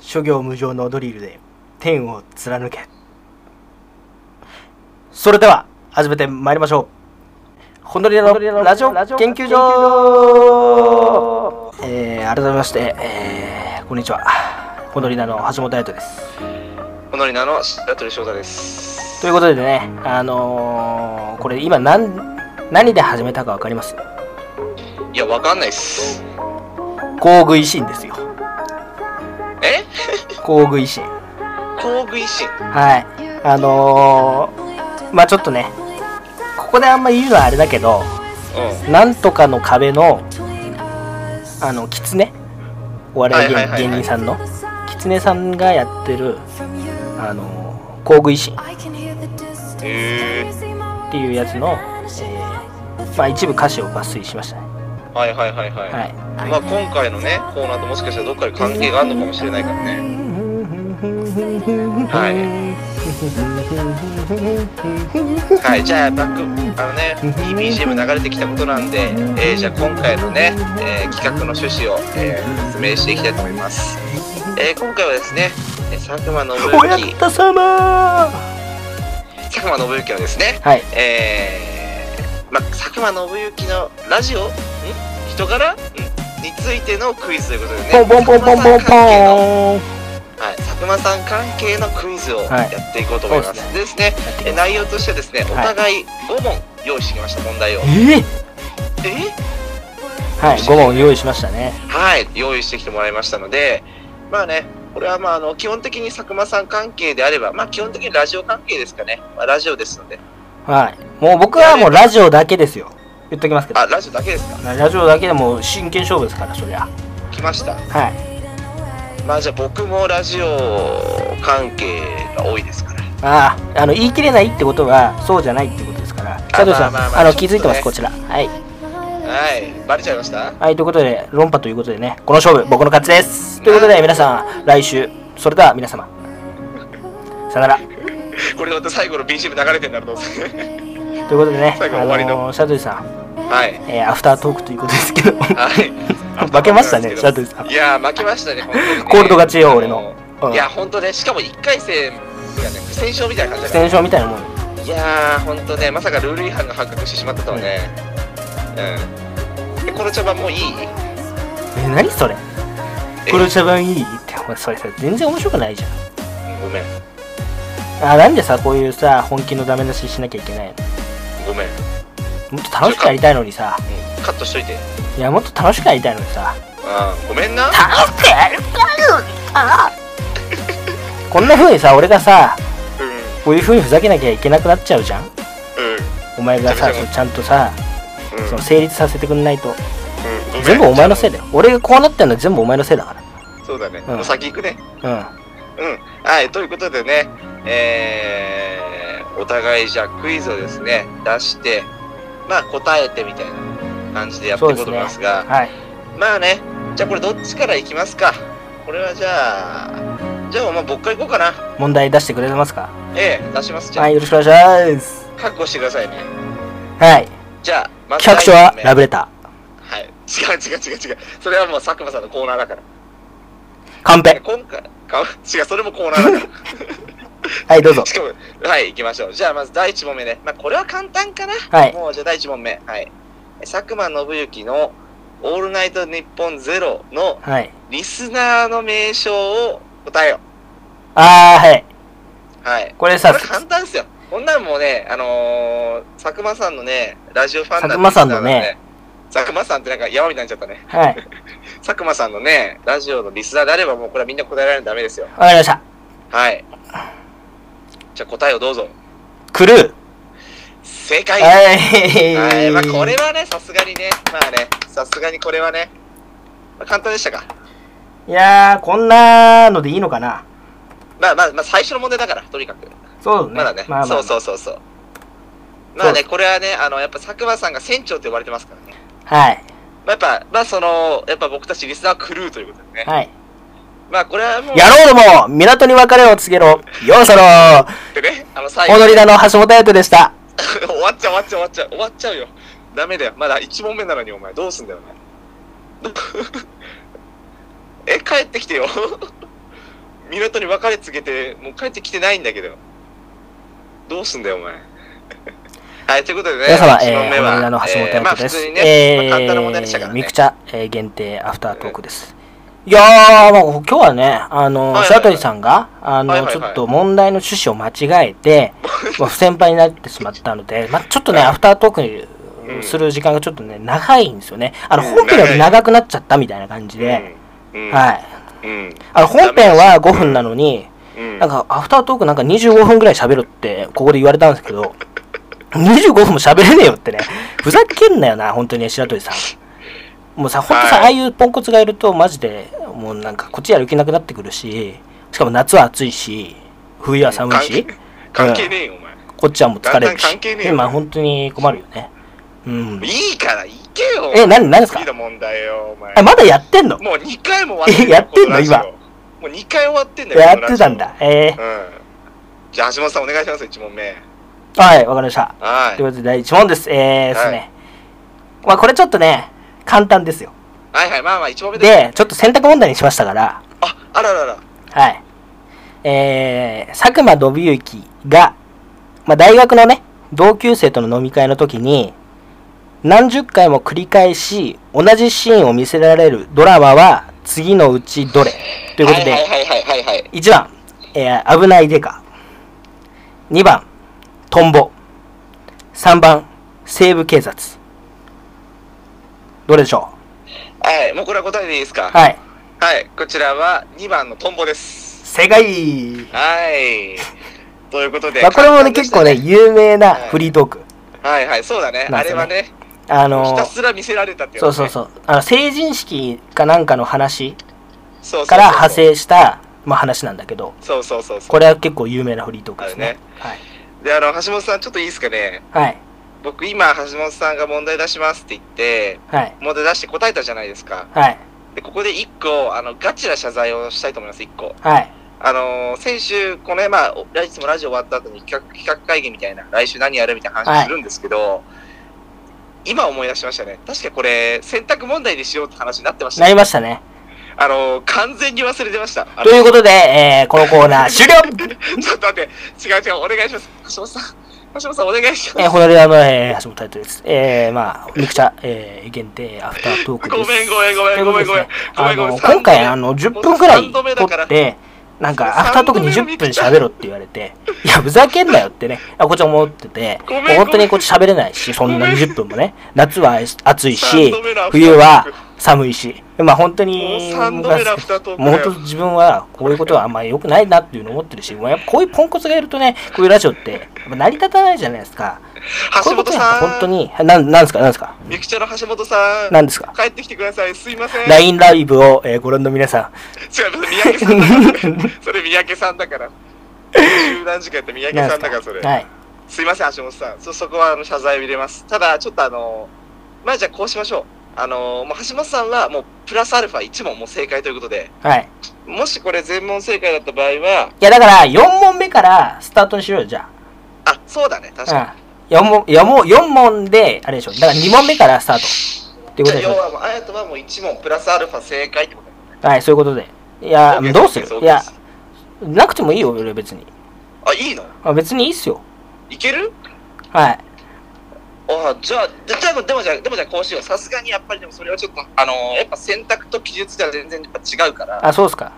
諸行無常のドリルで天を貫けそれでは始めてまいりましょうホンドリラのラジオ研究所えー改めまして、えーこんにちはホンドリラの橋本彩斗ですホノリナの白鳥翔太です。ということでねあのーこれ今何何で始めたか分かりますいや、わかんないっす。工具維新ですよえ工具維新工具維新。はいあのーまあちょっとねここであんま言うのはあれだけどうなんとかの壁のあの狐お笑い芸,、はいはいはいは芸い人さんの狐さんがやってるあのー工具維新っん。へえていうやつの、えーまあ、一部歌詞を抜粋しましたねー。はいはいはいはい。はいまあ、今回のね、コーナーともしかしたらどっかで関係があるのかもしれないからね。ははい、じゃあ、バック、あのね、いい BGM 流れてきたことなんで、えーじゃあ今回のね、えー企画の趣旨を、えー説明していきたいと思います。えー今回はですね、えー佐久間おや信ったさま之、佐久間信之はですね、はいえーま、佐久間信之のラジオん人柄んについてのクイズということでねポンポンポンポンポン佐久間さんポ関係ーンのはい、佐久間さん関係のクイズをはやいっていこうと思います、そうでですねえ内容としてはですねおはい互い5問用意してきました問題を、えーえはい5問用意しましたねはい用意してきてもらいましたのでまあねこれはまああの基本的に佐久間さん関係であればまあ基本的にラジオ関係ですかね、まあ、ラジオですのではいもう僕はもうラジオだけですよ言っときますけどあラジオだけですかラジオだけでもう真剣勝負ですからそりゃ来ましたはいまあじゃあ僕もラジオ関係が多いですからあああの言い切れないってことはそうじゃないってことですから佐藤さんまあまあまああのちょっとね気づいてますこちらはい はいバレちゃいました はい、ということで、論破ということでね、この勝負、僕の勝ちです。ということで、皆さん、来週、それでは皆様、さよなら。とこれまた最後の BGM 流れてんだろうどうせいうことでね、最後終わりのシャトルさん、はいえーアフタートークということです けど、はい。負けましたねシャトルさんいやー、負けましたね、本当にねコールド勝ちよ俺のあうんいや、本当ね、しかも1回戦がね、不戦勝みたいな感じだか戦勝みたいなもん。ら。いやー、本当ね、まさかルール違反が発覚してしまったとはね。うん。え、この茶番もういいえ、何それえこの茶番いいって、お前、それさ、全然面白くないじゃごめん、ん。あ、なんでさ、こういうさ、本気のダメ出ししなきゃいけないのごめん。もっと楽しくやりたいのにさ、うんカットしといて。いや、もっと楽しくやりたいのにさ、あーごめんな。楽しくやりたいのにさ、 こんな風にさ、俺がさ、うん。こういう風にふざけなきゃいけなくなっちゃうじゃんうん。お前がさめちゃめちゃそうちゃんとさうんその成立させてくんないとうんごめん全部お前のせいだよ俺がこうなってんのは全部お前のせいだかそうだね。うんもう先行くね。らうん。はい、ということでね、えー、お互いじゃあクイズをですね、出して、まあ答えてみたいな感じでやっていこうと思いますうが、んはいまあね、じゃあこれどっちからいきますか。これはじゃあ、じゃあまあ僕からいこうかな。問題出してくれてますかええ出します。じゃあ、はいよろしくお願いします覚悟してくださいね。はいじゃあ、まず企画書は第一問目ラブレタはい。違う違う違う違う。それはもう佐久間さんのコーナーだから。ーカンペ今回、か違う、それもコーナーだから。はいどうぞしかも、はい、行きましょう。じゃあ、まず第1問目ね。まあ、これは簡単かな。はいもう、じゃあ第1問目。はい。佐久間信之のオールナイト日本ゼロのはいリスナーの名称を答えよ。あーはいうはい。これこされ簡単ですよ。こんなんもうね、あのー、佐久間さんのね、ラジオファン佐久間さんのねリスナーなんで。佐久間さんってなんか山になっちゃったね。はい佐久間さんのね、ラジオのリスナーであればもうこれはみんな答えられるのダメですよ。わかりましたはい。じゃあ答えをどうぞ。クルー正解はいはい、まあこれはね、さすがにね、まあね、さすがにこれはね、まあ、簡単でしたか。いやーこんなのでいいのかなまあまあ、まあ、最初の問題だから、とにかく。そうねまだね、まあまそあうそうそうそう。まあね、これはね、あの、やっぱ佐久間さんが船長って呼ばれてますからね。はいまあやっぱ、まあその、やっぱ僕たちリスナーはクルーということでね。はいまあこれはもう、やろうども港に別れを告げろようそろってね、あの最後、踊りだの橋本彩斗でした 終わっちゃう終わっちゃう終わっちゃう終わっちゃうよ。ダメだよ。まだ1問目なのにお前、どうすん だよ、お前。え、帰ってきてよ。 港に別れ告げて、もう帰ってきてないんだけど。どうすんだよ、お前。 はい、ということでね、皆様、え一番目ー、はオナラの橋えー本ま彩子あ普です。通にえね、まあ簡単な問題でしたからー、ね。ミクチャ、えー限定アフタートークです。いやー、もう今日はね、あの、はいはいはい白鳥さんが、あの、はいはいはいちょっと問題の趣旨を間違えて、まあ不先輩になってしまったので、まあ、ちょっとね、アフタートークにうんする時間がちょっとね、長いんですよね。あの、うん本編より長くなっちゃったみたいな感じで、うん、うん、はい。うん、あの、本編は5分なのに、うん、なんか、アフタートークなんか25分ぐらい喋るって、ここで言われたんですけど、25分も喋れねえよってね、ふざけんなよな、本当に白鳥さん。もうさ、本当さ、はいああいうポンコツがいると、マジで、もうなんか、こっちやる気なくなってくるし、しかも夏は暑いし、冬は寒いし、関係ねえよ、お前。こっちはもう疲れるだんだんし関係ねえ、よ今、本当に困るよね。うん。いいから、行けよ。え、何、何ですか次の問題よ、お前。あ、まだやってんのもう2回も終わってるえやってんのこラジオ今もう2回終わってんだよ、やこのってラジオたんだ。えうんじゃあ橋本さんお願いします1問目ー、はい、わかりました。はといいうことで第1問です。えー、はいですね。まあこれちょっとね、簡単ですよ。はいはいまあまあ1問目でで、ちょっと選択問題にしましたから、ああらららはい。えー、佐久間信行が、まあ大学のね、同級生との飲み会の時に、何十回も繰り返し、同じシーンを見せられるドラマは次のうちどれということはいで、はいはいはいはい1番、えー、危ないデカ。2番、トンボ。3番、西部警察。どれでしょはいはいもうこれは答えでいいですかうはい。はいこちらは2番のトンボです正解はいということでまあ、これもね、簡単で結した構ね、有名なフリートーク。はいはいそうだねなんあでれすよねはねあひのたすら見せられたっていうそうのねそうそう。あの、成人式かなんかの話そうそうそうから派生した、まあ、話なんだけど、そうそうそうそこれは結構有名なフリートークですね。はい。うであの橋本さんちょっといいですかねはい。僕今橋本さんが問題出しますって言ってはい。問題出して答えたじゃないですかはい。でここで1個あのガチな謝罪をしたいと思います1個はい。あのー先週、このね、まあ、お来日もラジオ終わった後に企画企画会議みたいな、来週何やるみたいなは話いするんですけど、今思い出しましたね。確かこれ、選択問題にしようって話になってましたなね。りましたね。あのー完全に忘れてました。あとのいうことで、えー、このコーナー終了ちょっと待って、違う違う、お願いします。橋本さん、橋本さん、お願いしえー、ます。ホノルルの、えー、橋本タイトルです。えー、まあ、ミクチャ、えー、限定アフタートークです。ごめんごめんごめんごめんごめんごめあんごめんの、今回、あの、10分くらもう三い度目撮だからって、なんか、アフタートーク三度目20のミ分クチャ喋ろって言われて、いや、ふざけんなよってね、あこっちは思ってて、ごめんもう本当にこっち喋れないし、そんな20分もね、夏は暑いし、冬は寒いし、まあ本当もうに、 3度目のアフタートークもうだ本当よ。自分はこういうことはあんまり良くないなっていうのを思ってるし、もうやっぱこういうポンコツがいるとね、こういうラジオってやっぱ成り立たないじゃないですか。こうい橋うこ本とはさん、本当に、なんなんですか、なんですか、ミクチャの橋本さん、なんですか。帰ってきてください。すいません。違う、 LINE ライブを、えーご覧の皆さそれ三宅さんだ から。それ三宅さんだから。十何時間やって三ん、宅なんでさんだから、そすれか。。はい。すいません、橋本さん。そ、そこはあの謝罪を入れます。ただ、ちょっとあの、まあじゃあこうしましょう。あの、もう橋本さんはもうプラスアルファ1問もう正解ということで、はい。もしこれ全問正解だった場合は、いや、だから、4問目からスタートにしようよ、じゃあ、そうだね、確かに。あ。うん。4問、いや、もう4問で、あれでしょ。だから2問目からスタート。っていうこじとゃあでし要ょ。はもう、あやとはもう1問プラスアルファ正解ってことねはい、そういうことで。いや、 OK どうする OK いや、なくてもいいよ、俺別に。あ、いいのあ別にいいっすよ。いけるはい。あじゃあ、でじゃあでもじゃあ、でもじゃあこうしよう。さすがにやっぱりでもそれはちょっと、あのやっぱ選択と記述では全然やっぱ違うから、あ、そうっすか。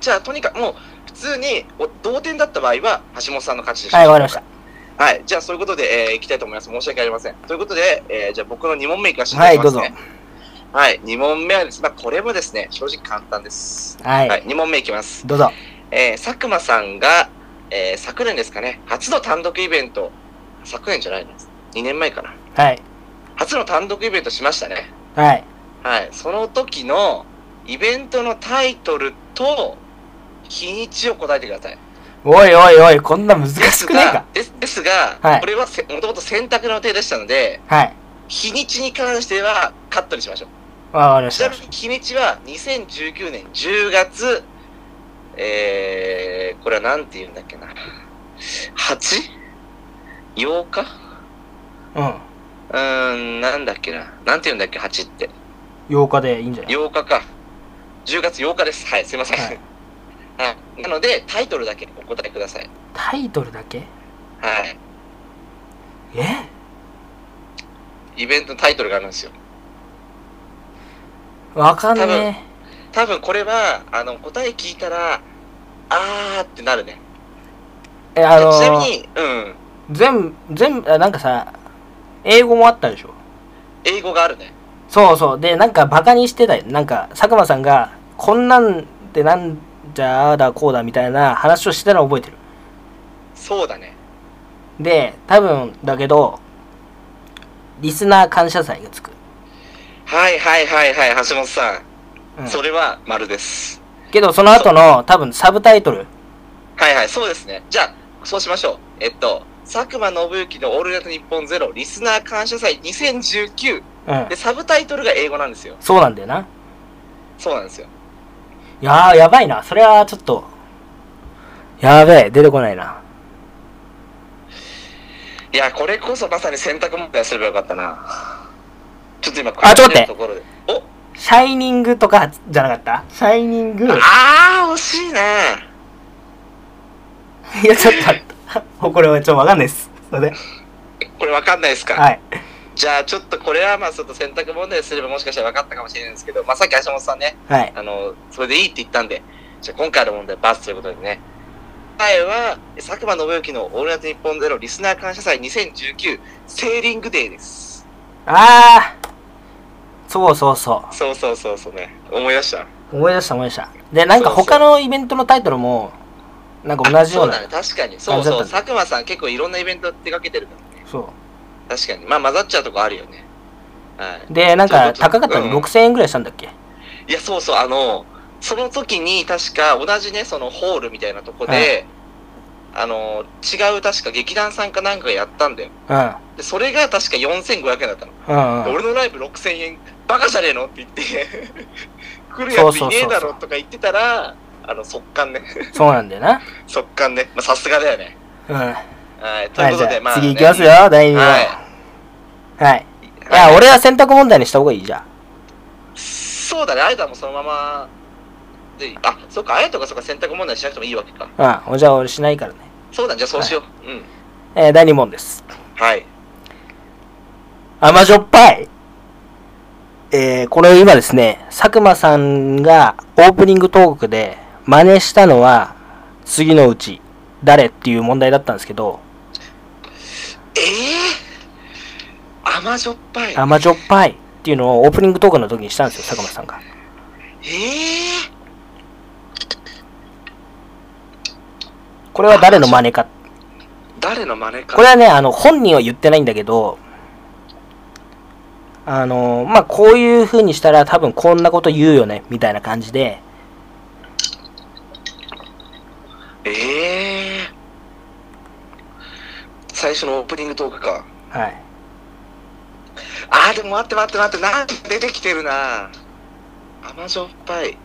じゃあとにかくもう普通にお同点だった場合は橋本さんの勝ちでしょはい、わかりました。はい、じゃあそういうことで、えーいきたいと思います。申し訳ありません。ということで、えーじゃあ僕の2問目いかせていただきますはね。はいい、どうぞ。はい、2問目はですね、まあ、これもですね、正直簡単です。ははいい、。2問目いきます。どうぞ。えー佐久間さんが、えー昨年ですかね、初の単独イベント、昨年じゃないです。2年前かな。はい。初の単独イベントしましたね。はい。はい、その時のイベントのタイトルと日にちを答えてください。おいおいおい、こんな難ですしくねえがか。、ですですが、はいこれはせもともと選択の予定でしたので、はい。日にちに関してはカットにしましょう。わかりましちなたみ。に日にちは2019年10月、えー、これはなんて言うんだっけな。8?8 日ううーん、なんだっけな。なんて言うんだっけ、8って。ん。8日でいいんじゃない8日か。10月8日です。はい、すいません。は はいい、なのでタイトルだけお答えくださいタイトルだけはいえイベントのタイトルがあるんですよわかんね多分これはあの答え聞いたらあーってなるねえ。え、あのちなみー、にうん全部、全部、あなんかさ、英語もあったでしょ英語があるねそうそう。で、なんかバカにしてたよ。なんか、佐久間さんが、こんなんでなんじゃあだこうだみたいな話をしてたのを覚えてる。そうだねで、多分だけど、リスナー感謝祭がつく。はいはいはいはい橋本さん、うんそれは丸ですけど、その後の多分サブタイトル。はいはいそうですねじゃあそうしましょうえっと佐久間信行の「オールナイトニッポンゼロリスナー感謝祭2019うんで。サブタイトルが英語なんですよそうなんだよな。そうなんですよいやー、やばいな。それはちょっと、やべえ、出てこないな。いやこれこそまさに選択問題すればよかったなちょっと今あちょっと待ってこれのところでシャイニングとかじゃなかったシャイニ ング。いおああ惜しいなや、ちょっと待った、も うこれはちょっとわかんないです。それで。これわかんないですか、はい。じゃあちょっとこれはまあちょっと選択問題すればもしかしたら分かったかもしれないんですけど、まあ、さっき橋本さんねはい。あのそれでいいって言ったんでじゃあ今回の問題バツということでね前は佐久間信行の「オールナイトニッポンゼロリスナー感謝祭2019セーリングデーですあー。そうそうそそうそうそうそうね思い出したう。思い出した思い出した。で、なんかそうそう他のイベントのタイトルも、なんか同じような。あそそううだね確かにそうそう感じだ佐久間さん結構いろんなイベント手掛けてるからね確かにまあ混ざっちゃうとこあるよねはいで、なんか高かったうんの6000円ぐらいしたんだっけいや、そうそう、あの、その時に確か同じね、そのホールみたいなとこで、あの、違う確か劇団さんかなんかがやったんだよ。うん。で、それが確か4500円だったの。うんうん。俺のライブ6000円、バカじゃねえのって言って、 来るやついねえだろとか言ってたら、あの、速乾ね。 そうなんだよな。速乾ね。まあ、さすがだよね。うん。ははい。というい、ことじで、ゃまああ、次行きますよね。、第2問。ははい。い。いはや、い俺は選択問題にした方がいいじゃん。そうだね、あやたもそのまま、で、あ、そっか、あやとかそっか選択問題しなくてもいいわけか。うん。おじゃあ俺しないからね。そうだね、じゃあそうしよう。うん。えー第2問です。はい。甘じょっぱい。えーこれ今ですね、佐久間さんがオープニングトークで真似したのは、次のうち、誰っていう問題だったんですけど、ええー、甘じょっぱい。甘じょっぱいっていうのをオープニングトークの時にしたんですよ、佐久間さんが。ええこれは誰の真似か。誰の真似か。これはね、あの、本人は言ってないんだけど、あの、まあ、こういう風にしたら多分こんなこと言うよね、みたいな感じで、ええ最初のオープニングトークか。はい。あー、でも待って待って待って、なんか出てきてるな。甘じょっぱい。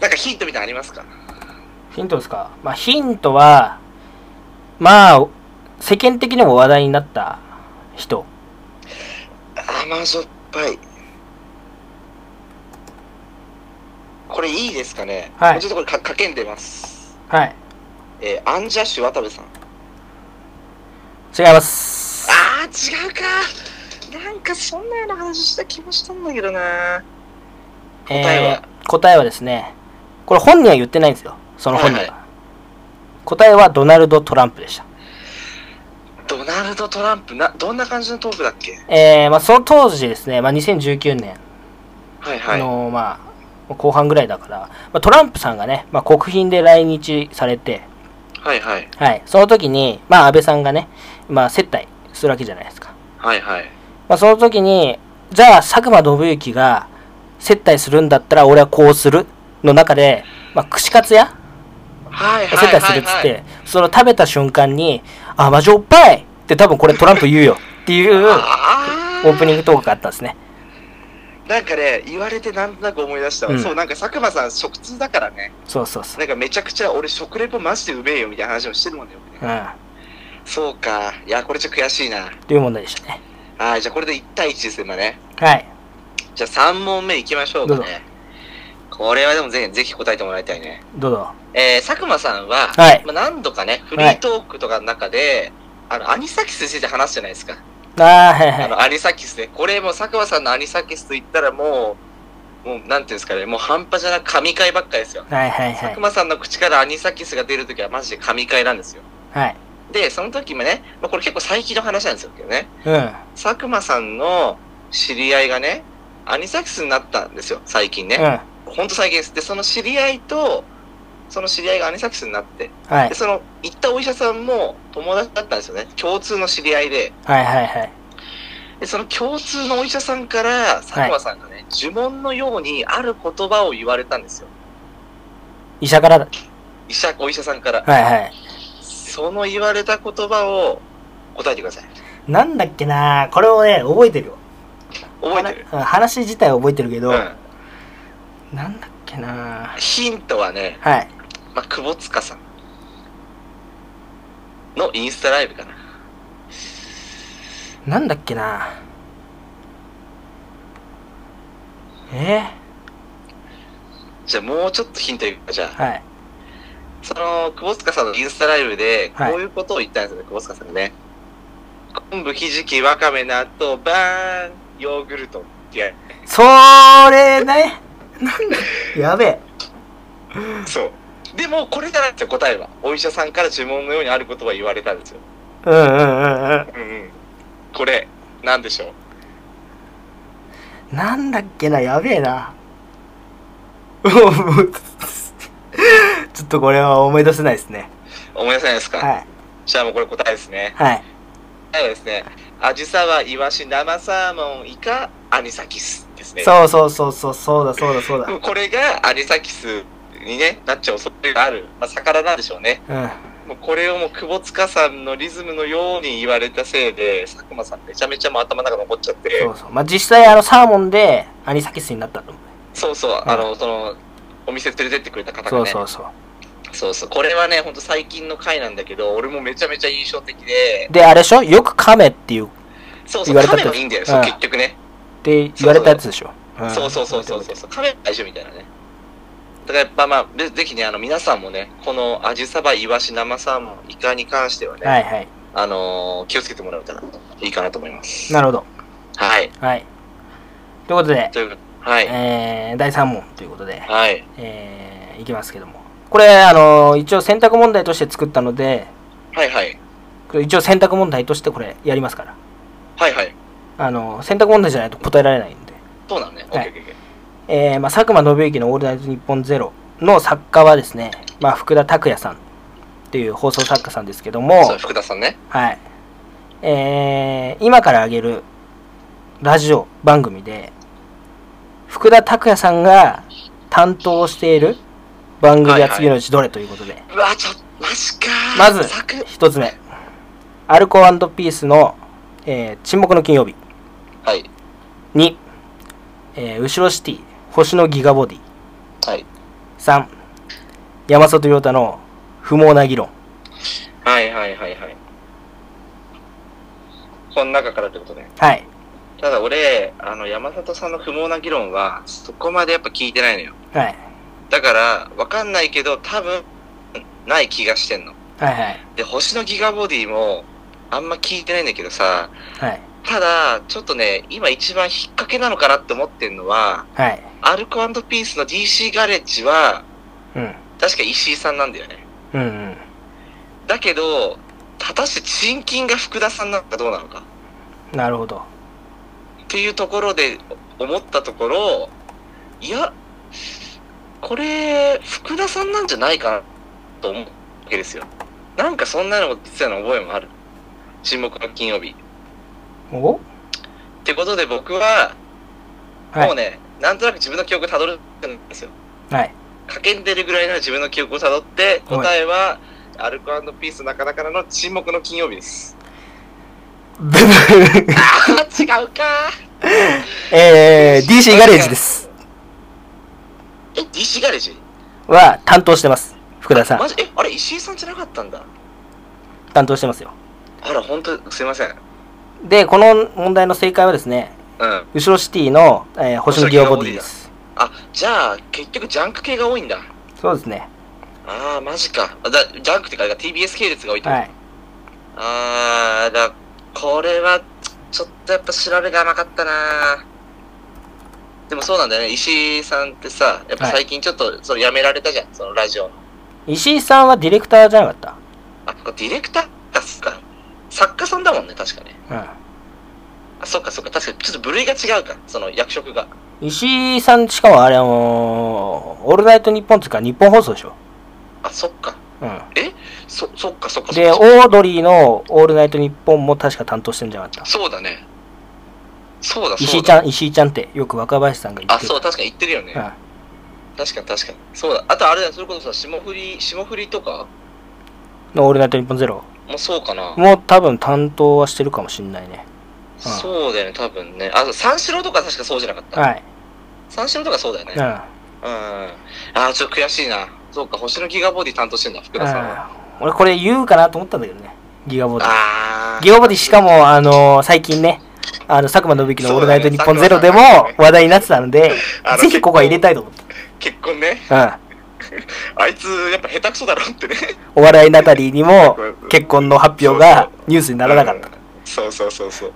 なんかヒントみたいなのありますかヒントですか、まあ、ヒントは、まあ、世間的にも話題になった人。甘じょっぱい。これいいですかねはいもうちょっとこれかかけんでます。はい。えー、アンジャッシュ渡部さん。違います。あー違うかなんかそんなような話した気もしたんだけどなえー答えは答えはですね、これ本人は言ってないんですよ。その本人は。はいは答えはドナルド・トランプでした。ドナルド・トランプなどんな感じのトークだっけえーまあ、その当時ですね、まあ、2019年はいはいの、まあ、後半ぐらいだから、まあ、トランプさんがね、まあ、国賓で来日されて、はいはいはい、その時に、まあ、安倍さんがね、まあ、接待するわけじゃないですか。はいはいまあ、その時に、じゃあ佐久間信行が接待するんだったら俺はこうするの中で、まあ、串カツ屋はいはい接待するっつって、はいはいその食べた瞬間に、あ、マジおっぱいって多分これトランプ言うよっていうオあープニングトークがあったんですね。グなんかね言われてなんとなく思い出したわ、うんそうなんか佐久間さん食通だからねそうそうそう。なんかめちゃくちゃ俺食レポマジでうめえよみたいな話もしてるもんねよくねうん。っそうかいやこれちょっと悔しいなていう問題でしたね。はいじゃあこれで1対1ですね今ねはい。じゃあ3問目いきましょうかどうぞねこれはでもぜひぜひ答えてもらいたいね。どうぞ。えー、佐久間さんは、はいまあ、何度かね、フリートークとかの中で、あの、アニサキスについて話すじゃないですか。ああ、はいはあい。の、アニサキスね。これもう佐久間さんのアニサキスと言ったらもう、もう、なんていうんですかね、もう半端じゃなく神回ばっかりですよ。はいはいは佐い。久間さんの口からアニサキスが出るときはマジで神回なんですよ。はい。で、その時もね、まあ、これ結構最近の話なんですけどね、うん。佐久間さんの知り合いがね、アニサキスになったんですよ、最近ね。うん。ほんと最近です。で、その知り合いと、その知り合いがアニサキスになって、はいで、。その行ったお医者さんも友達だったんですよね。共通の知り合いで。はいはいはい。で、その共通のお医者さんから、佐久間さんがね、呪文のようにある言葉を言われたんですよ。医者からだ。医者、お医者さんから。はいはい。その言われた言葉を答えてください。なんだっけなこれをね、覚えてるよ。覚えてるはなうん話自体は覚えてるけど、うん。なんだっけなヒントはね、はい。まあ、久保塚さんのインスタライブかな。なんだっけなえじゃあもうちょっとヒントいくか、じゃあ。ー、はい。その、久保塚さんのインスタライブで、こはいういうことを言ったんですよね、久保塚さんがね。昆布、ひじき、わかめ、納豆、バーン、ヨーグルト。いや、それね、なんだやべえ。そう。でも、これじゃないんですよ、答えは。お医者さんから呪文のようにある言葉言われたんですよ。うんうんうんうん。うんうん。これ、なんでしょう。なんだっけな、やべえな。 もうちょっとこれは思い出せないですね。思い出せないですか、はい。じゃあもうこれ答えですね。はい。答えはですね、アジサワ、イワシ、生サーモン、イカ、アニサキスですね。そうそうそうそう、そうだそうだそうだ。うこれがアニサキスに、ね、なっちゃう恐れがある、まあ、魚なんでしょうね。ん。もうこれをもう久保塚さんのリズムのように言われたせいで、佐久間さんめちゃめちゃもう頭の中残っちゃってそ、うそう。まあ、実際、あの、サーモンでアニサキスになったと思う。そうそう、あの、その、お店連れてってくれた方そがうね、そうそう。そうそうこれはね、ほんと最近の回なんだけど、俺もめちゃめちゃ印象的で、で、あれでしょよく噛めっていう、っそうそ言う、われたカってメもいいんだよ、うそんう結局ね。て言われたやつでしょんそうそうそうそうそう、カメラ大丈夫みたいなね。だからやっぱまあ、ぜぜひね、あの皆さんもね、このアジサバ、イワシ、生サーモン、イカに関してはね、はいはい。あのー気をつけてもらえたらいいかなと思います。なるほど。はい。はい。ということで、というはい。えー、第3問ということで、はい。えー、いきますけども。これ、あの、一応選択問題として作ったので、はいはい。これ一応選択問題としてこれやりますから。はいはい。あの、選択問題じゃないと答えられないんで。そうなのね。オッはいケーオッケーオッケえー、まあ、佐久間信之の「オールナイトニッポンゼロの作家はですね、まあ、福田拓也さんっていう放送作家さんですけどー。もそう、、福田さんね。はいえー、今からあげるラジオ番組で福田拓也さんが担当している番組は次のうちどれということで、うわ、ちょっと、マジかーまずさく一つ目アルコーピースの、えー沈黙の金曜日」はい。 2、えー、後ろシティ星のギガボディはい。 3山里亮太の不毛な議論はいはいはいはい。この中からってことね。はいただ俺、あの、山里さんの不毛な議論は、そこまでやっぱ聞いてないのよ。はいだから、わかんないけど、多分、ない気がしてんの。はいはいで、星のギガボディも、あんま聞いてないんだけどさ、はいただ、ちょっとね、今一番引っ掛けなのかなって思ってんのは、はいアルコピースの DC ガレッジは、うん確か石井さんなんだよね。うんうんだけど、果たして賃金が福田さんなのかどうなのか。なるほどっていうところで思ったところ、いや、これ、福田さんなんじゃないかなと思うわけですよ。なんかそんなのも実はの覚えもある。沈黙の金曜日。おってことで僕は、はいもうね、なんとなく自分の記憶をたどるんですよ。 はいかけんでるぐらいなら自分の記憶をたどって、はい答えは、アルコピースなかなかの沈黙の金曜日です。ブブあ ー違うかえー、DC ガレージですーえ、DC ガレージは担当してます福田さマんジえ、あれ、石井さんじゃなかったんだ。担当してますよあら、ほんと、すいません。うん。でこの問題の正解はですねあ後ろシティの、えー、星野ギオボディですあじゃあ結局ジャンク系が多いんだそうですね。ああマジかあだジャンクってかあれか TBS 系列が多いってことはい。あーだこれはちょっとやっぱ調べが甘かったなでもそうなんだよね石井さんってさやっぱはい最近ちょっとそれやめられたじゃん、そのラジオの石井さんはディレクターじゃなかっあこれディレクターかっすか作家さんだもんね確かねた。あそっかそっか確かにちょっと部類が違うかその役職がうん。石井さん、しかもあれ、あのーオールナイトニッポンっていうか、日本放送でしょ。あそっかうん。そそっかそっかそっで、オかードリーのオールナイトニッポンも確か担当してんじゃなかった。そうだねそうだそうだ石井ちゃん、石井ちゃんってよく若林さんが言あってる。そう確かに言ってるよね、うん。確かに確かにそうだあとあれだよそれこそさ霜降り霜降りとかのオールナイトニッポンゼロもそうかなもう多分担当はしてるかもしんないね。そうだよね、多分ね。あ、三四郎とか確かそうじゃなかった。はい。三四郎とかそうだよね。ううん。ん。あー、ちょっと悔しいな。そうか、星のギガボディ担当してんだ、福田さんは。うん俺これ言うかなと思ったんだけどね。ギガボディ。あー。ギガボディしかも、あのー最近ね、あの、佐久間信之のオールナイト日本ゼロでも話題になってたので、あのぜひここは入れたいと思っ結婚ね。た。うん。あいつ、やっぱ下手くそだろってね。お笑いナタリーにも結婚の発表がニュースにならなかった。た。そうそうそうそう。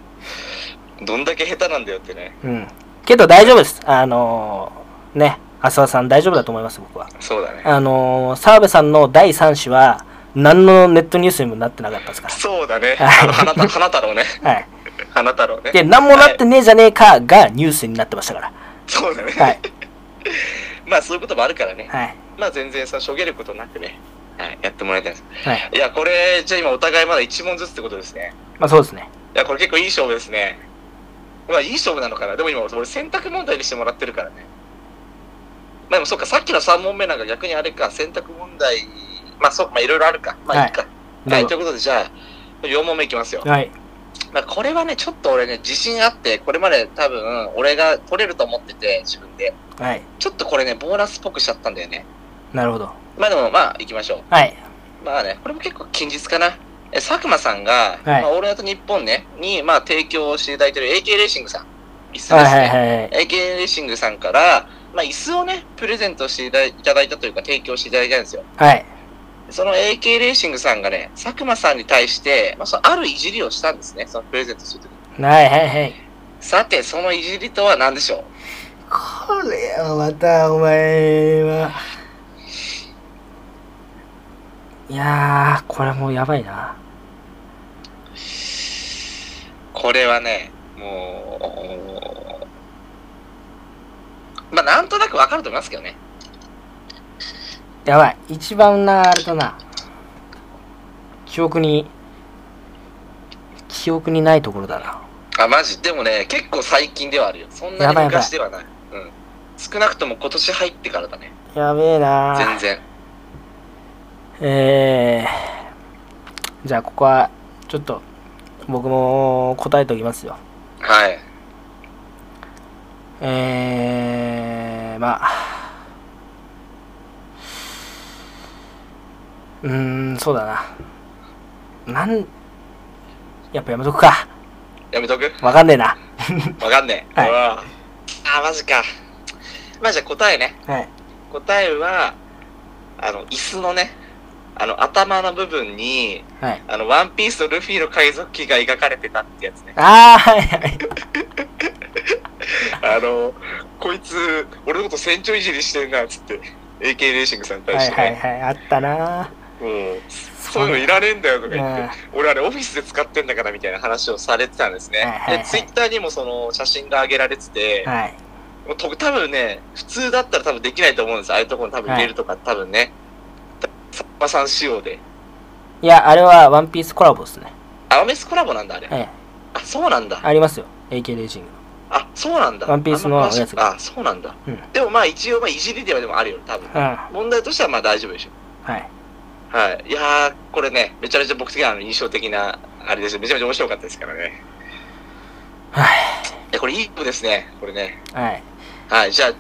どんだけ下手なんだよってね。うん。けど大丈夫です。あのーね、浅田さん大丈夫だと思います、僕は。そうだね。あのー澤部さんの第3子は、何のネットニュースにもなってなかったですかそうだね。はいあの、花た花太郎ね。 ら。はい。花太郎ね。で、何もなってねえじゃねえかがニュースになってましたから。そうだね。はい。 まあ、そういうこともあるからね。はい。まあ、全然さ、しょげることなくね。はい、やってもらいたいです。はい。いや、これ、じゃあ今お互いまだ1問ずつってことですね。まあそうですね。いや、これ結構いい勝負ですね。まあ、いい勝負なのかな。でも今、俺、選択問題にしてもらってるからね。まあ、でもそうか、さっきの3問目なんか逆にあれか、選択問題、まあ、そうか、まあ、いろいろあるか。まあ、いいか。はい、ということで、じゃあ、4問目いきますよ。はい。まあ、これはね、ちょっと俺ね、自信あって、これまで多分、俺が取れると思ってて、自分で。はい。ちょっとこれね、ボーナスっぽくしちゃったんだよね。なるほど。まあ、でも、まあ、行きましょう。はい。まあね、これも結構近日かな。え佐久間さんが、はいまあ、オールナイトニッポンね、に、まあ、提供していただいてる AK レーシングさん。椅子ですね。はいはいはいはい。 AK レーシングさんから、まあ、椅子をね、プレゼントしていただいただいたというか、提供していただいたんですよ。はい。その AK レーシングさんがね、佐久間さんに対して、まあ、そのあるいじりをしたんですね、そのプレゼントするときに。はいはいはい。さて、そのいじりとは何でしょうこれはまたお前は。いやー、これもうやばいな。これはね、もう、まあ、なんとなくわかると思いますけどね。やばい。一番な、あれだな。記憶に、記憶にないところだな。あ、マジでもね、結構最近ではあるよ。そんなやにばいやばい昔ではない。うん。少なくとも今年入ってからだね。やべえな全然。えー、じゃあここは、ちょっと、僕も答えておきますよ。はい。えー、まあ、うーん、そうだな。なん、やっぱやめとくか。やめとくわかんねえな。わかんねえ。はいうわあ、マジか。まあじゃあ答えね。はい。答えは、あの、椅子のね、あの、頭の部分に、はい。あの、ワンピースとルフィの海賊旗が描かれてたってやつね。あー、はいはい。あの、こいつ、俺のこと船長いじりしてるな、っつって。AK レーシングさんに対はいしてはいね。はい。あったなもう、そういうのいらねえんだよとかう言って。ん。俺あれオフィスで使ってんだからみたいな話をされてたんですね。はいはいはいで、ツイッターにもその写真が上げられてて、はい。もうと多分ね、普通だったら多分できないと思うんです。ああいうところに多分入れるとか、多分ね、さっぱさん仕様で。いや、あれはワンピースコラボですね。アメスコラボなんだ、あれ。ええ、あ、そうなんだ。ありますよ。AK レーシング。あ、そうなんだ。ワンピースのあんま詳しくやつがあ、そうなんだ。うんでもまあ一応、まあいじりではでもあるよ、多分。うん。は問題としてはまあ大丈夫でしょ。い。はい。いやー、これね、めちゃめちゃ僕的にはあの印象的な、あれですよ。めちゃめちゃ面白かったですからね。はい。え、これいい子ですね。これね。はい。はい、じゃあ、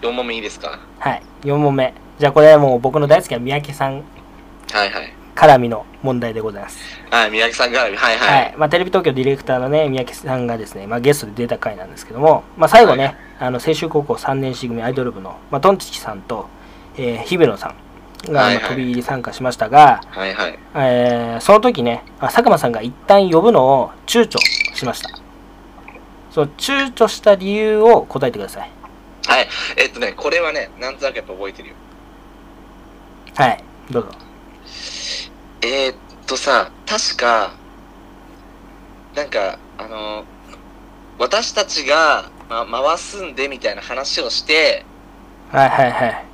4問目いいですかはい。4問目。じゃあこれはもう僕の大好きな三宅さんはいはい。絡みの問題でございます。はい、宮城さん絡み、はいは。はいいまあ、テレビ東京ディレクターの、ね、宮城さんがですね、まあ、ゲストで出た回なんですけども、まあ、最後ね、はいあの青春高校3年 C 組アイドル部の、まあ、トンチキさんと、えー日比野さんが、はいまはいあ飛び入り参加しましたが、はいはい。えーその時ねあ佐久間さんが一旦呼ぶのを躊躇しましたそう躊躇した理由を答えてくださいはい。えっとね、これはね、なんとなくやっぱ覚えてるよ。はいどうぞえーっとさ、確か、なんか、あの、私たちが、ま、回すんでみたいな話をして、はいはいはい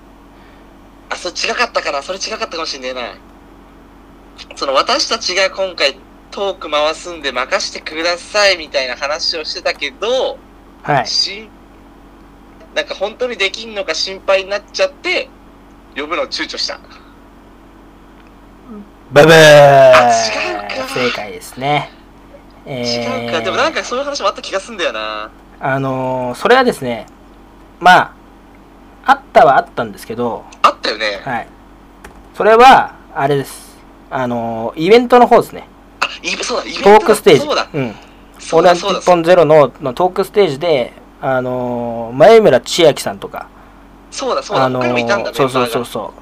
あ、それ違かったかなそれ違かったかもしんねえな。その私たちが今回トーク回すんで任してくださいみたいな話をしてたけど、はいしなんか本当にできんのか心配になっちゃって、呼ぶのを躊躇した。ブブーあ違うか正解ですねえー違うか。でもなんかそういう話もあった気がすんだよな。あのーそれはですねまああったはあったんですけどあったよね。はいそれはあれですあのーイベントの方ですねあ、イベそうだ、イベントトだークステージそうだ。うんそオうールナだ、イト日そうだ。そうだ本ゼロののトークステージで、あのー前村千秋さんとか、そうだ、そうだ。あの他にもいたんだ、ーそうそうそうメンそバー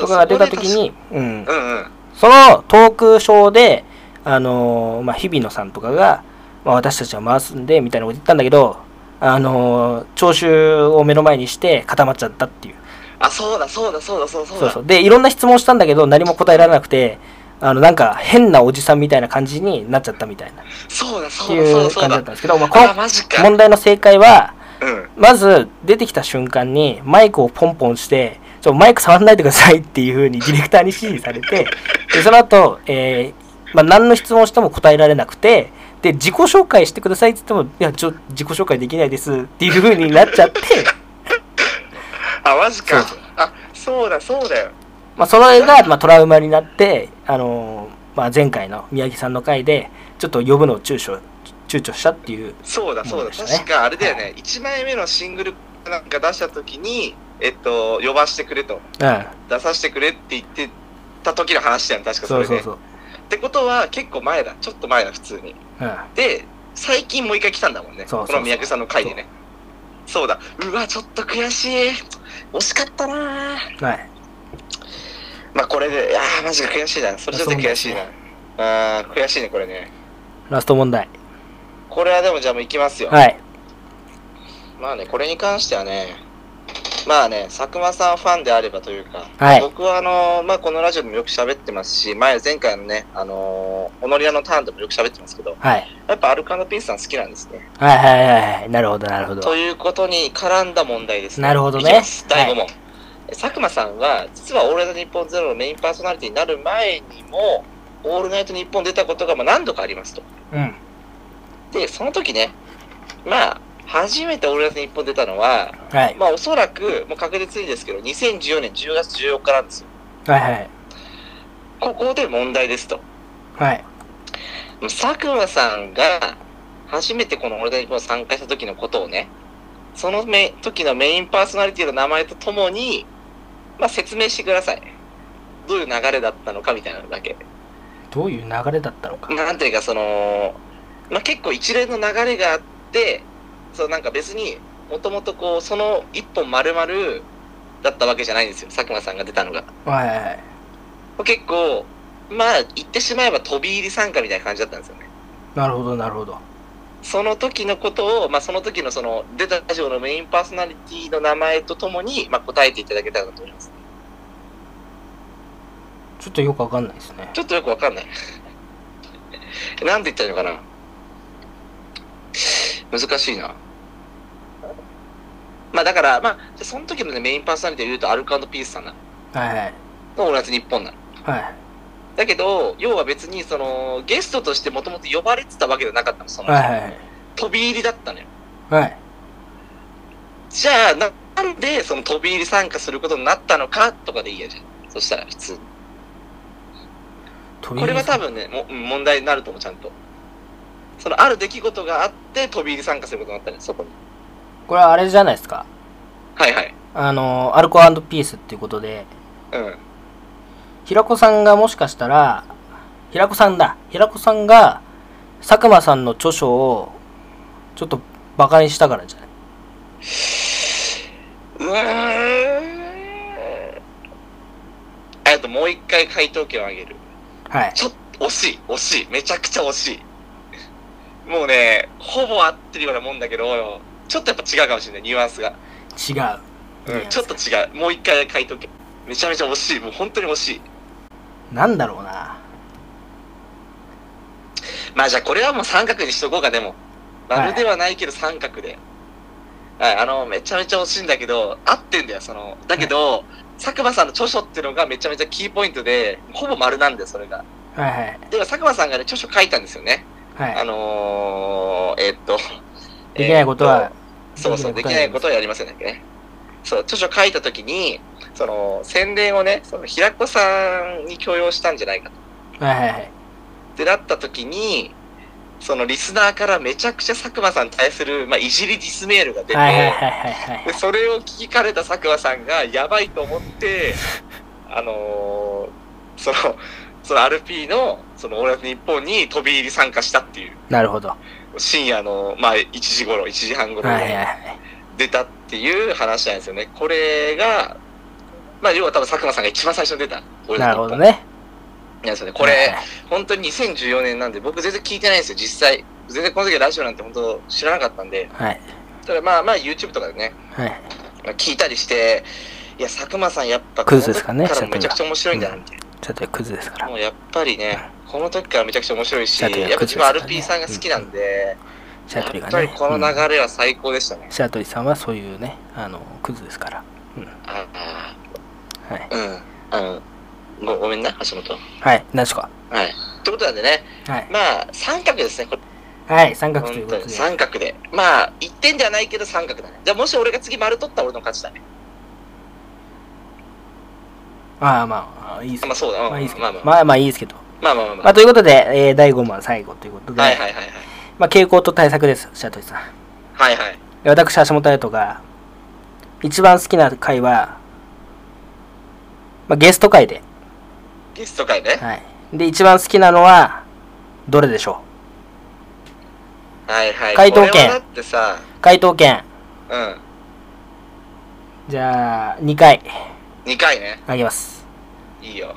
がそう、うだとかが出た時。そこでに、うん確、かうんうん。そのトークショーで、あのーまあ、日比野さんとかが、まあ、私たちは回すんで、みたいなこと言ったんだけど、あのー聴衆を目の前にして固まっちゃったっていう。あ、そうだ、そうだ、そうだ、そうだ。そうそう。で、いろんな質問したんだけど、何も答えられなくて、あの、なんか変なおじさんみたいな感じになっちゃったみたいな、っそうだ、そてういだ、そうだ、うそう感じだったんだ。ですけど、まあ、こあ、のマジか。問題の正解は、うん。まず出てきた瞬間にマイクをポンポンして、ちょマイク触らないでくださいっていう風にデ ィレクターに指示されて、でその後、えーまあ、何の質問しても答えられなくて、で、自己紹介してくださいって言っても、いや、ちょ、自己紹介できないですっていう風になっちゃって、 あ、マジかそう。あ、そうだ、そうだよ。まあ、それが、まあ、トラウマになって、あのーまあ、前回の宮城さんの回で、ちょっと呼ぶのを躊躇、躊躇したっていう、そうだ、そうもんでだ。したね確か、あれだよね。1枚目のシングルなんか出した時に、えっと、呼ばしてくれと。うん、出させてくれって言ってた時の話だよね、確かそそうれそねう。そう。ってことは、結構前だ。ちょっと前だ、普通に。うんで、最近もう一回来たんだもんそね。うそうそうこの三宅さんの回でね。そうだ。うわ、ちょっと悔しい。惜しかったなぁはい。まあこれで、いやー、マジか悔しいな。それちょっと悔しいな。あー、悔しいね、これね。ラスト問題。これはでもじゃあもう行きますよ。はい。まあね、これに関してはね、まあね、佐久間さんファンであればというか、はい僕はあのーまあこのラジオでもよく喋ってますし、前、前回のね、あのー、オノリアのターンでもよく喋ってますけど、はい。やっぱアルカンドピースさん好きなんですね。はいはいはいはい。なるほど、なるほど。ということに絡んだ問題ですなるほどねいきます第5は問。佐久間さんは、実はオールナイトニッポンゼロのメインパーソナリティになる前にも、オールナイトニッポン出たことがまあ何度かありますと。うん。で、その時ね、まあ、初めてオールナイトニッポン出たのは、はい。まあおそらく、もう確実にですけど、2014年10月14日なんですよ。はいはい。ここで問題ですと。はい。佐久間さんが、初めてこの俺たちに参加した時のことをね、そのめ時のメインパーソナリティの名前とともに、まあ説明してください。どういう流れだったのかみたいなのだけ。どういう流れだったのか。なんていうか、その、まあ結構一連の流れがあって、そうなんか別に、もともとこう、その一本丸々だったわけじゃないんですよ。佐久間さんが出たのが。はいはいはい。結構、まあ、言ってしまえば飛び入り参加みたいな感じだったんですよね。なるほど、なるほど。その時のことを、まあ、その時のその出たラジオのメインパーソナリティの名前とともに、まあ、答えていただけたらなと思います。ちょっとよくわかんないですね。ちょっとよくわかんない。 なんて言ったらいいのかな難しいな。まあ、だから、まあ、じゃあその時のね、メインパーソナリティを言うと、アルカンドピースさんなの。はいはい。のオールナイトニッポンなの。はい。だけど、要は別に、その、ゲストとしてもともと呼ばれてたわけじゃなかったの、その人。はいはい飛び入りだったのよ。はい。はい。じゃあな、なんでその飛び入り参加することになったのかとかでいいやじゃん。そしたら普通に。飛び入これりは多分ね、もうん問題になると思う、ちゃんと。そのある出来事があって飛び入り参加することになったね、そこに。これはあれじゃないですか。はいはい。あの、アルコピースっていうことで、うん。平子さんがもしかしたら平子さんだ平子さんが佐久間さんの著書をちょっとバカにしたからじゃないうーんあともう一回回答権をあげるはいちょっと惜しい惜しいめちゃくちゃ惜しいもうねほぼ合ってるようなもんだけどちょっとやっぱ違うかもしれないニュアンスが、違ううん、ちょっと違うもう一回回答権めちゃめちゃ惜しいもう本当に惜しいなんだろうなまあじゃあこれはもう三角にしとこうかでも丸ではないけど三角で、はい、あのめちゃめちゃ惜しいんだけど合ってんだよそのだけど、佐久間さんの著書っていうのがめちゃめちゃキーポイントでほぼ丸なんだよそれがはいはいでは佐久間さんがね著書書いたんですよね、はい、あのー、えっとできないことえっは、そうそう、できないことはやりませんだっけね。そう、著書書いたときに、その、宣伝をね、その、平子さんに強要したんじゃないかと。はいはいはいってなったときに、その、リスナーからめちゃくちゃ佐久間さんに対する、まあ、いじりディスメールが出て、はいはいはいはいはいでそれを聞かれた佐久間さんが、やばいと思って、 あのーその、その RP の、その、オールナイトニッポンに飛び入り参加したっていう、なるほどは深夜の、まあ、1時頃、1時半い頃のはいはい出たっていう話なんですよね。これが、まあ、要は多分佐久間さんが一番最初に出た。なるほど。ねなんですよね。こはいれは、い本当に2014年なんで、僕全然聞いてないんですよ、実際。全然この時はラジオなんて本当知らなかったんで。はいただまあまあ YouTube とかでね、はいまあ聞いたりして、いや、佐久間さんやっぱ、クズですかねこの時らめちゃくちゃ面白いんだな、みたいちょっとクズですかな。らもうやっぱりね、この時からめちゃくちゃ面白いし、シャトルはやっぱク自ズですか分らね RP さんが好きなんで、シやャトリがっねぱりこのうん流れは最高でしたね。白鳥さんはそういうねあのクズですからああはいうん。あの、ごごめんな、橋本。はい何ですかはい。ってことなんでね、はいまあ、三角ですね、これ。はい三角とい本うこ当とにで三角で。まあ、一点じゃないけど三角だね。じゃあ、もし俺が次丸取ったら俺の勝ちだね。まあまあいいですまあ、そうだ。うんまあいいですけまどあまあ、まあまあいいですけどまあまあまあままああということでえー第5問最後ということではいはいはいはい。まあ傾向と対策です白鳥さんはいはい。私橋本彩人が一番好きな回はまあゲスト回でゲスト会ね。はいで一番好きなのはどれでしょはいはい。回答権これはだってさ、う回答権うん。じゃあ2回二回ね。あげますいいよ。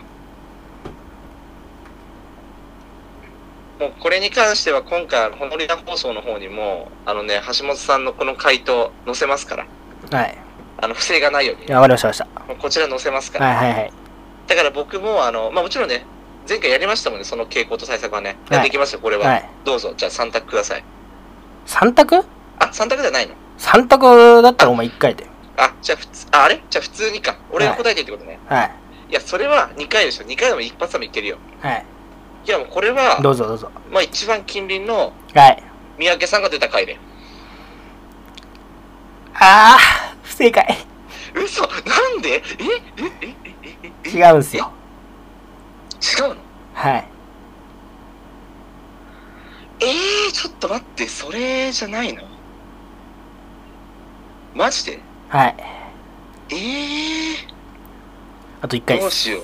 もうこれに関しては今回、ホモリラ放送の方にも、あのね、橋本さんのこの回答載せますから。はいあの、不正がないようにね。わかりましたわかりましこちら載せますかたら。はいはいはいだから僕も、あの、まあもちろんね、前回やりましたもんね、その傾向と対策はね。はいできましたよ、これは。はいどうぞ、じゃあ3択ください。 3択あ、3択じゃないの ?3 択だったらお前1回であ、じゃあ普通、あ、あれじゃあ普通にか。俺が答えてるってことね。はいい、や、それは2回でしょ。2回でも一発でもいけるよ。はいいや、もうこれは、どうぞどうぞまあ一番近隣のはい三宅さんが出た回で。ああ不正解嘘なんでえ違うんすよ違うのはいえー、ちょっと待って、それじゃないのマジではいえあと1ー、回どでうすしよう。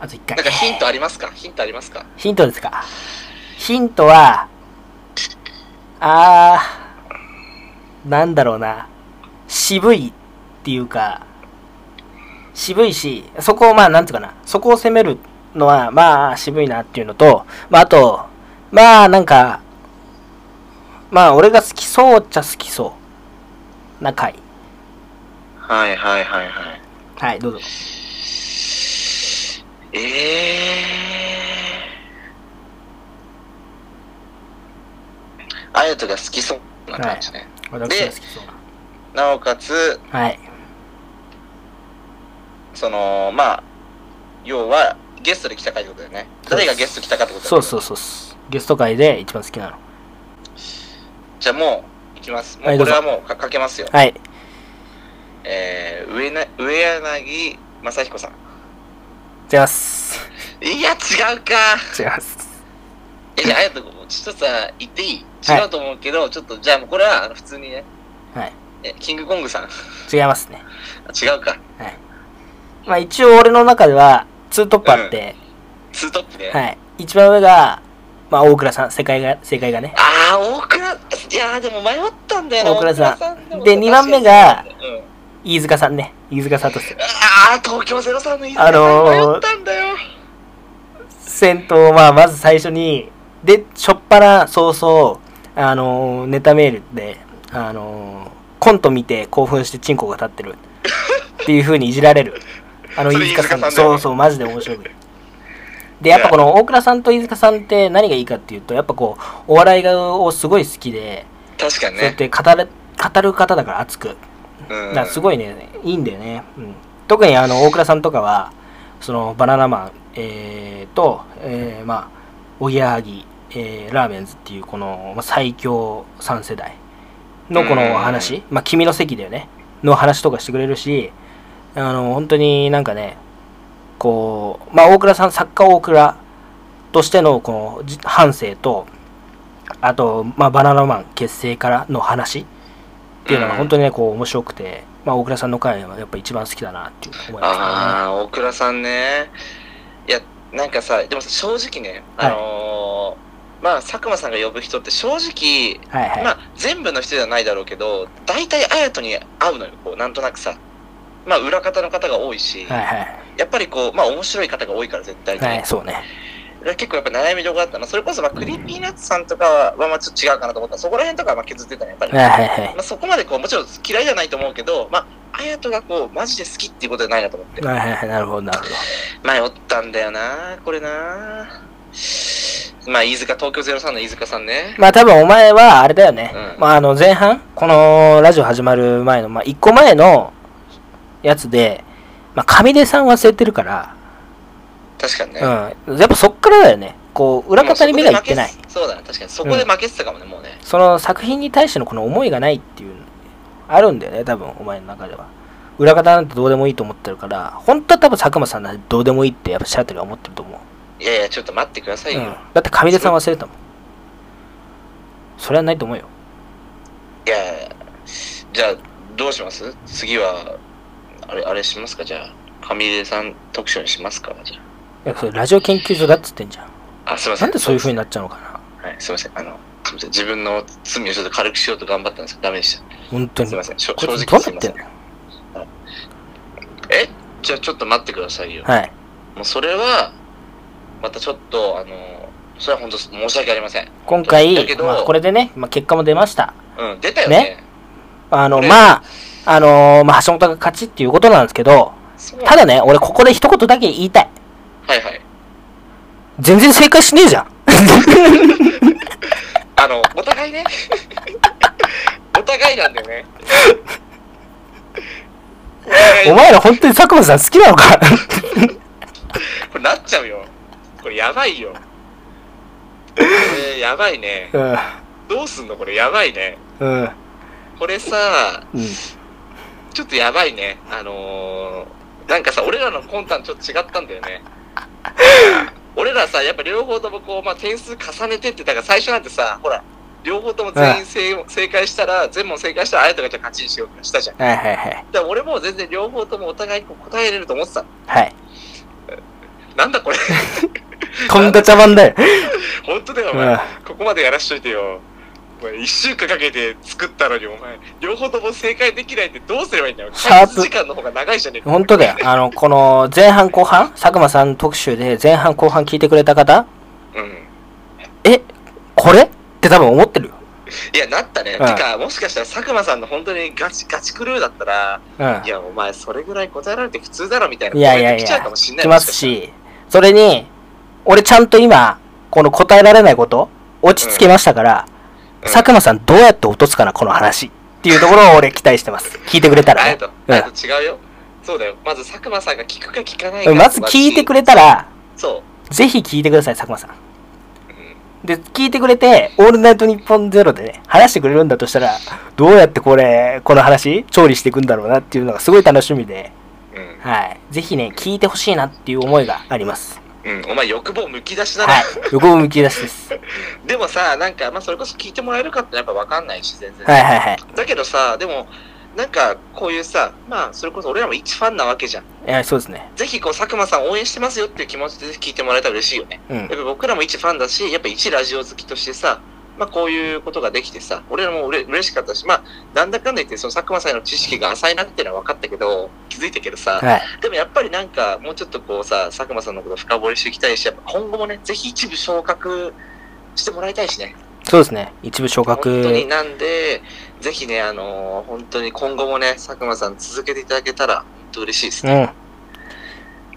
あと1なんか回ヒントありますかヒントありますかヒントですかヒントはあーなんだろうな渋いっていうか渋いしそこをまあなんつうかなそこを攻めるのはまあ渋いなっていうのと、まあ、あとまあなんかまあ俺が好きそうっちゃ好きそうな回はいはいはいはい。はいどうぞえー。あやとが好きそうな感じね。私が好きそうななおかつ、はいその、まあ、要は、ゲストで来たかってことだよね。誰がゲスト来たかってことだそようねそうそうそうゲスト会で一番好きなのじゃあもう、いきます。もはういこどうれぞはもうかかけますよ。はいえー、上な、上柳正彦さん。違いますいや、違うか。違いますえ、じゃあ、あやと、ちょっとさ、言っていい違うと思うけど、ちょっと、じゃあもうこれは、あの、普通にね、はいえ、キングコングさん。違いますね違うか。はいまあ一応俺の中では2トップあって、ツートップね。はい。一番上が、まあ大倉さん、世界が、世界がね。ああ、大倉、いやーでも迷ったんだよな。大倉さんもで二番目が確かにうん飯塚さんね。飯塚聡。ああ、東京ゼロさんの飯塚あのさんー迷ったんだよ。戦闘はまず最初に、で、しょっぱな早々、あのーネタメールで、あのーコント見て興奮してチンコが立ってる。っていう風にいじられる。あのそれ飯塚さん飯塚さんだよそうそう、マジで面白い。で、やっぱこの大倉さんと飯塚さんって何がいいかっていうと、やっぱこう、お笑いがをすごい好きで、確かにそうやっね。て語る語る方だから熱く。うだんからすごいね、いいんだよね。うん、特にあの大倉さんとかは、そのバナナマン、えーと、えーまあ、おぎやはぎ、えーラーメンズっていう、この、まあ、最強3世代のこのう話、まあ、君の席だよね、の話とかしてくれるし、あの本当になんかね、こう、まあ、大倉さん、作家大倉としてのこのじ反省と、あと、まあ、バナナマン結成からの話っていうのがうん本当にね、こう面白くて、まあ、大倉さんの回はやっぱ一番好きだなっていう思いますね。ああ、大倉さんね。いや、なんかさ、でもさ正直ね、はいあのーまあ、佐久間さんが呼ぶ人って正直、はいはい。まあ、全部の人じゃないだろうけど、大体綾人に会うのよ、こう、なんとなくさ。まあ、裏方の方が多いし、はいはい。やっぱりこう、まあ、面白い方が多いから、絶対に。はい、そうね。だから結構やっぱ悩みどころだったな。それこそ、まあ、クリーピーナッツさんとかは、まあ、ちょっと違うかなと思った。そこら辺とかはまあ削ってたね、やっぱり。はいはいはい。まあ、そこまでこう、もちろん嫌いじゃないと思うけど、まあ、綾人がこう、マジで好きっていうことじゃないなと思って。はいはいはい、なるほどなるほど。迷ったんだよなこれなまあ飯塚東京03の飯塚さんねまあ多分お前はあれだよね、うんまああの前半このラジオ始まる前の、まあ、1個前のやつで、まあ、上出さん忘れてるから、確かにね、うん、やっぱそっからだよねこう裏方に目がいってないもうそこで負けそうだね確かにそこで負けてたかもね、もうねその作品に対してのこの思いがないっていうあるんだよね多分お前の中では裏方なんてどうでもいいと思ってるから本当は多分佐久間さんなんてどうでもいいってやっぱシャーテルは思ってると思う、いやいやちょっと待ってくださいよ、うん、いだって上出さん忘れたもんそれはないと思うよやいやじゃあどうします次はあれあれしますかじゃあ上出さん特集にしますかじゃいやそれラジオ研究所だっつってんじゃんああすいませんなんでそういう風にになっちゃうのかなはいすいませんあのすいません自分の罪をちょっと軽くしようと頑張ったんですけどダメでし本当たにすいませんしょこ正れ直どうすいなっまてせんんのえじゃあちょっと待ってくださいよはい。もうそれは、またちょっと、あの、それは本当申し訳ありません。今だ回け、どまあ、これでね、まあ、結果も出ました。うん、出たよね。ねあの、ねまあ、あのーまあ、橋本が勝ちっていうことなんですけど、そうただね、俺ここで一言だけ言いたい。はいはい。全然正解しねえじゃん。あの、お互いね。 お互いなんだよね。お前ら本当に佐久間さん好きなのかこれなっちゃうよ。これやばいよ。これやばいね。どうすんのこれやばいね。うん。うん。これさ、うん。ちょっとやばいね。あのー、なんかさ、俺らの魂胆ちょっと違ったんだよね。俺らさ、やっぱ両方ともこう、まあ、点数重ねてって、だから最初なんてさ、ほら、両方とも全員正,、正解したら、全問正解したら、あやとがじゃあ勝ちにしようとかしたじゃん。はいはいはい。でも俺も全然両方ともお互いこう答えれると思ってたの。はい。なんだこれ。 とんだ茶番だよ。本当だよ、おうん前。ここまでやらしといてよ。お前、一週間かけて作ったのに、お前、両方とも正解できないってどうすればいいんだよ。シャー開プ発時間の方が長いじゃねえか。本当だよ。あの、この前半後半、佐久間さん特集で前半後半聞いてくれた方、うん。え、これって多分思ってるよ。いや、なったね。うんてか、もしかしたら佐久間さんの本当にガチガチクルーだったら、うんい。や、お前、それぐらい答えられて普通だろみたいな。いやいやいや来ちゃうかもしんない。来ますし、それに、俺ちゃんと今、この答えられないこと、落ち着けましたから、うん佐久間さんどうやって落とすかな、この話。っていうところを俺期待してます。聞いてくれたらあねや。と、うんあやと違うよ。そうだよ。まず佐久間さんが聞くか聞かないうんか。まず聞いてくれたら。ら、そぜひ聞いてください、佐久間さん。う。うんで、聞いてくれて、オールナイトニッポンゼロでね、話してくれるんだとしたら、どうやってこれ、この話、調理していくんだろうなっていうのがすごい楽しみで、うん。はい。ぜひね、聞いてほしいなっていう思いがあります。うん。お前、欲望むき出しだな。はい。横向き出しです。でもさ、なんか、まあ、それこそ聞いてもらえるかってやっぱわかんないし、全然。はいはいはい。だけどさ、でも、なんかこういうさ、まあそれこそ俺らも一ファンなわけじゃん。えーそうですね。ぜひこう佐久間さん応援してますよっていう気持ちで聞いてもらえたら嬉しいよね。うやっんぱ。僕らも一ファンだし、やっぱ一ラジオ好きとしてさ、まあこういうことができてさ、俺らもうれ嬉しかったし、まあなんだかんだ言ってその佐久間さんへの知識が浅いなっていうのは分かったけど、気づいたけどさ、はい。でもやっぱりなんかもうちょっとこうさ、佐久間さんのこと深掘りしていきたいし、やっぱ今後もね、ぜひ一部昇格してもらいたいしね。そうですね。一部昇本当格。になんで、ぜひね、あのー本当に今後もね、佐久間さん続けていただけたら、本当嬉しいですうね。ん。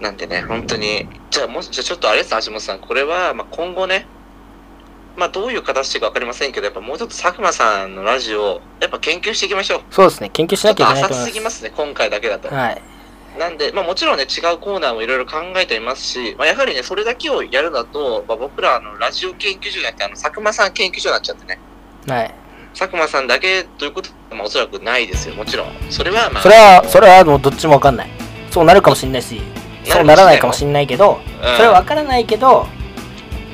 なんでね、本当に、じゃあもし、じゃあちょっとあれです、橋本さん、これは、まあ、今後ね、まあ、どういう形かわかりませんけど、やっぱもうちょっと佐久間さんのラジオを、やっぱ研究していきましょう。そうですね。研究しちょなっきゃといけない浅とす思ぎいまますね、今回だけだとす。。はい。なんで、まあ、もちろんね、違うコーナーもいろいろ考えていますし、まあ、やはりね、それだけをやるだと、まあ、僕らあのラジオ研究所じゃなくて、あの佐久間さん研究所になっちゃってね、はい。佐久間さんだけということは、まあ、おそらくないですよ、もちろん。それは、まあ、それは、それはもうどっちもわかんない。そうなるかもしれないし、そうならないかもしれないけど、れそれはわからないけど、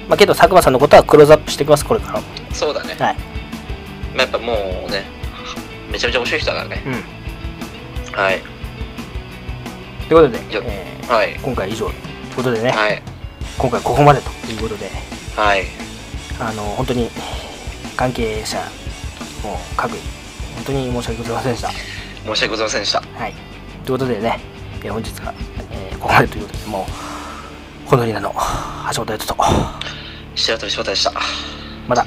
まあけど佐久間さんのことはクローズアップしていきます、これからも。そうだね。はいまあ、やっぱもうね、めちゃめちゃ面白い人だからね。うん。はい。ということで、よえはい。ー今回以上ということでね、はい。今回ここまでということで、はい。あの、本当に関係者も各位、本当に申し訳ございませんでした。申し訳ございませんでした。はい。ということでね、えー本日が、えーここまでということで、もう、このリナの橋本哲人と、白鳥翔太でした。また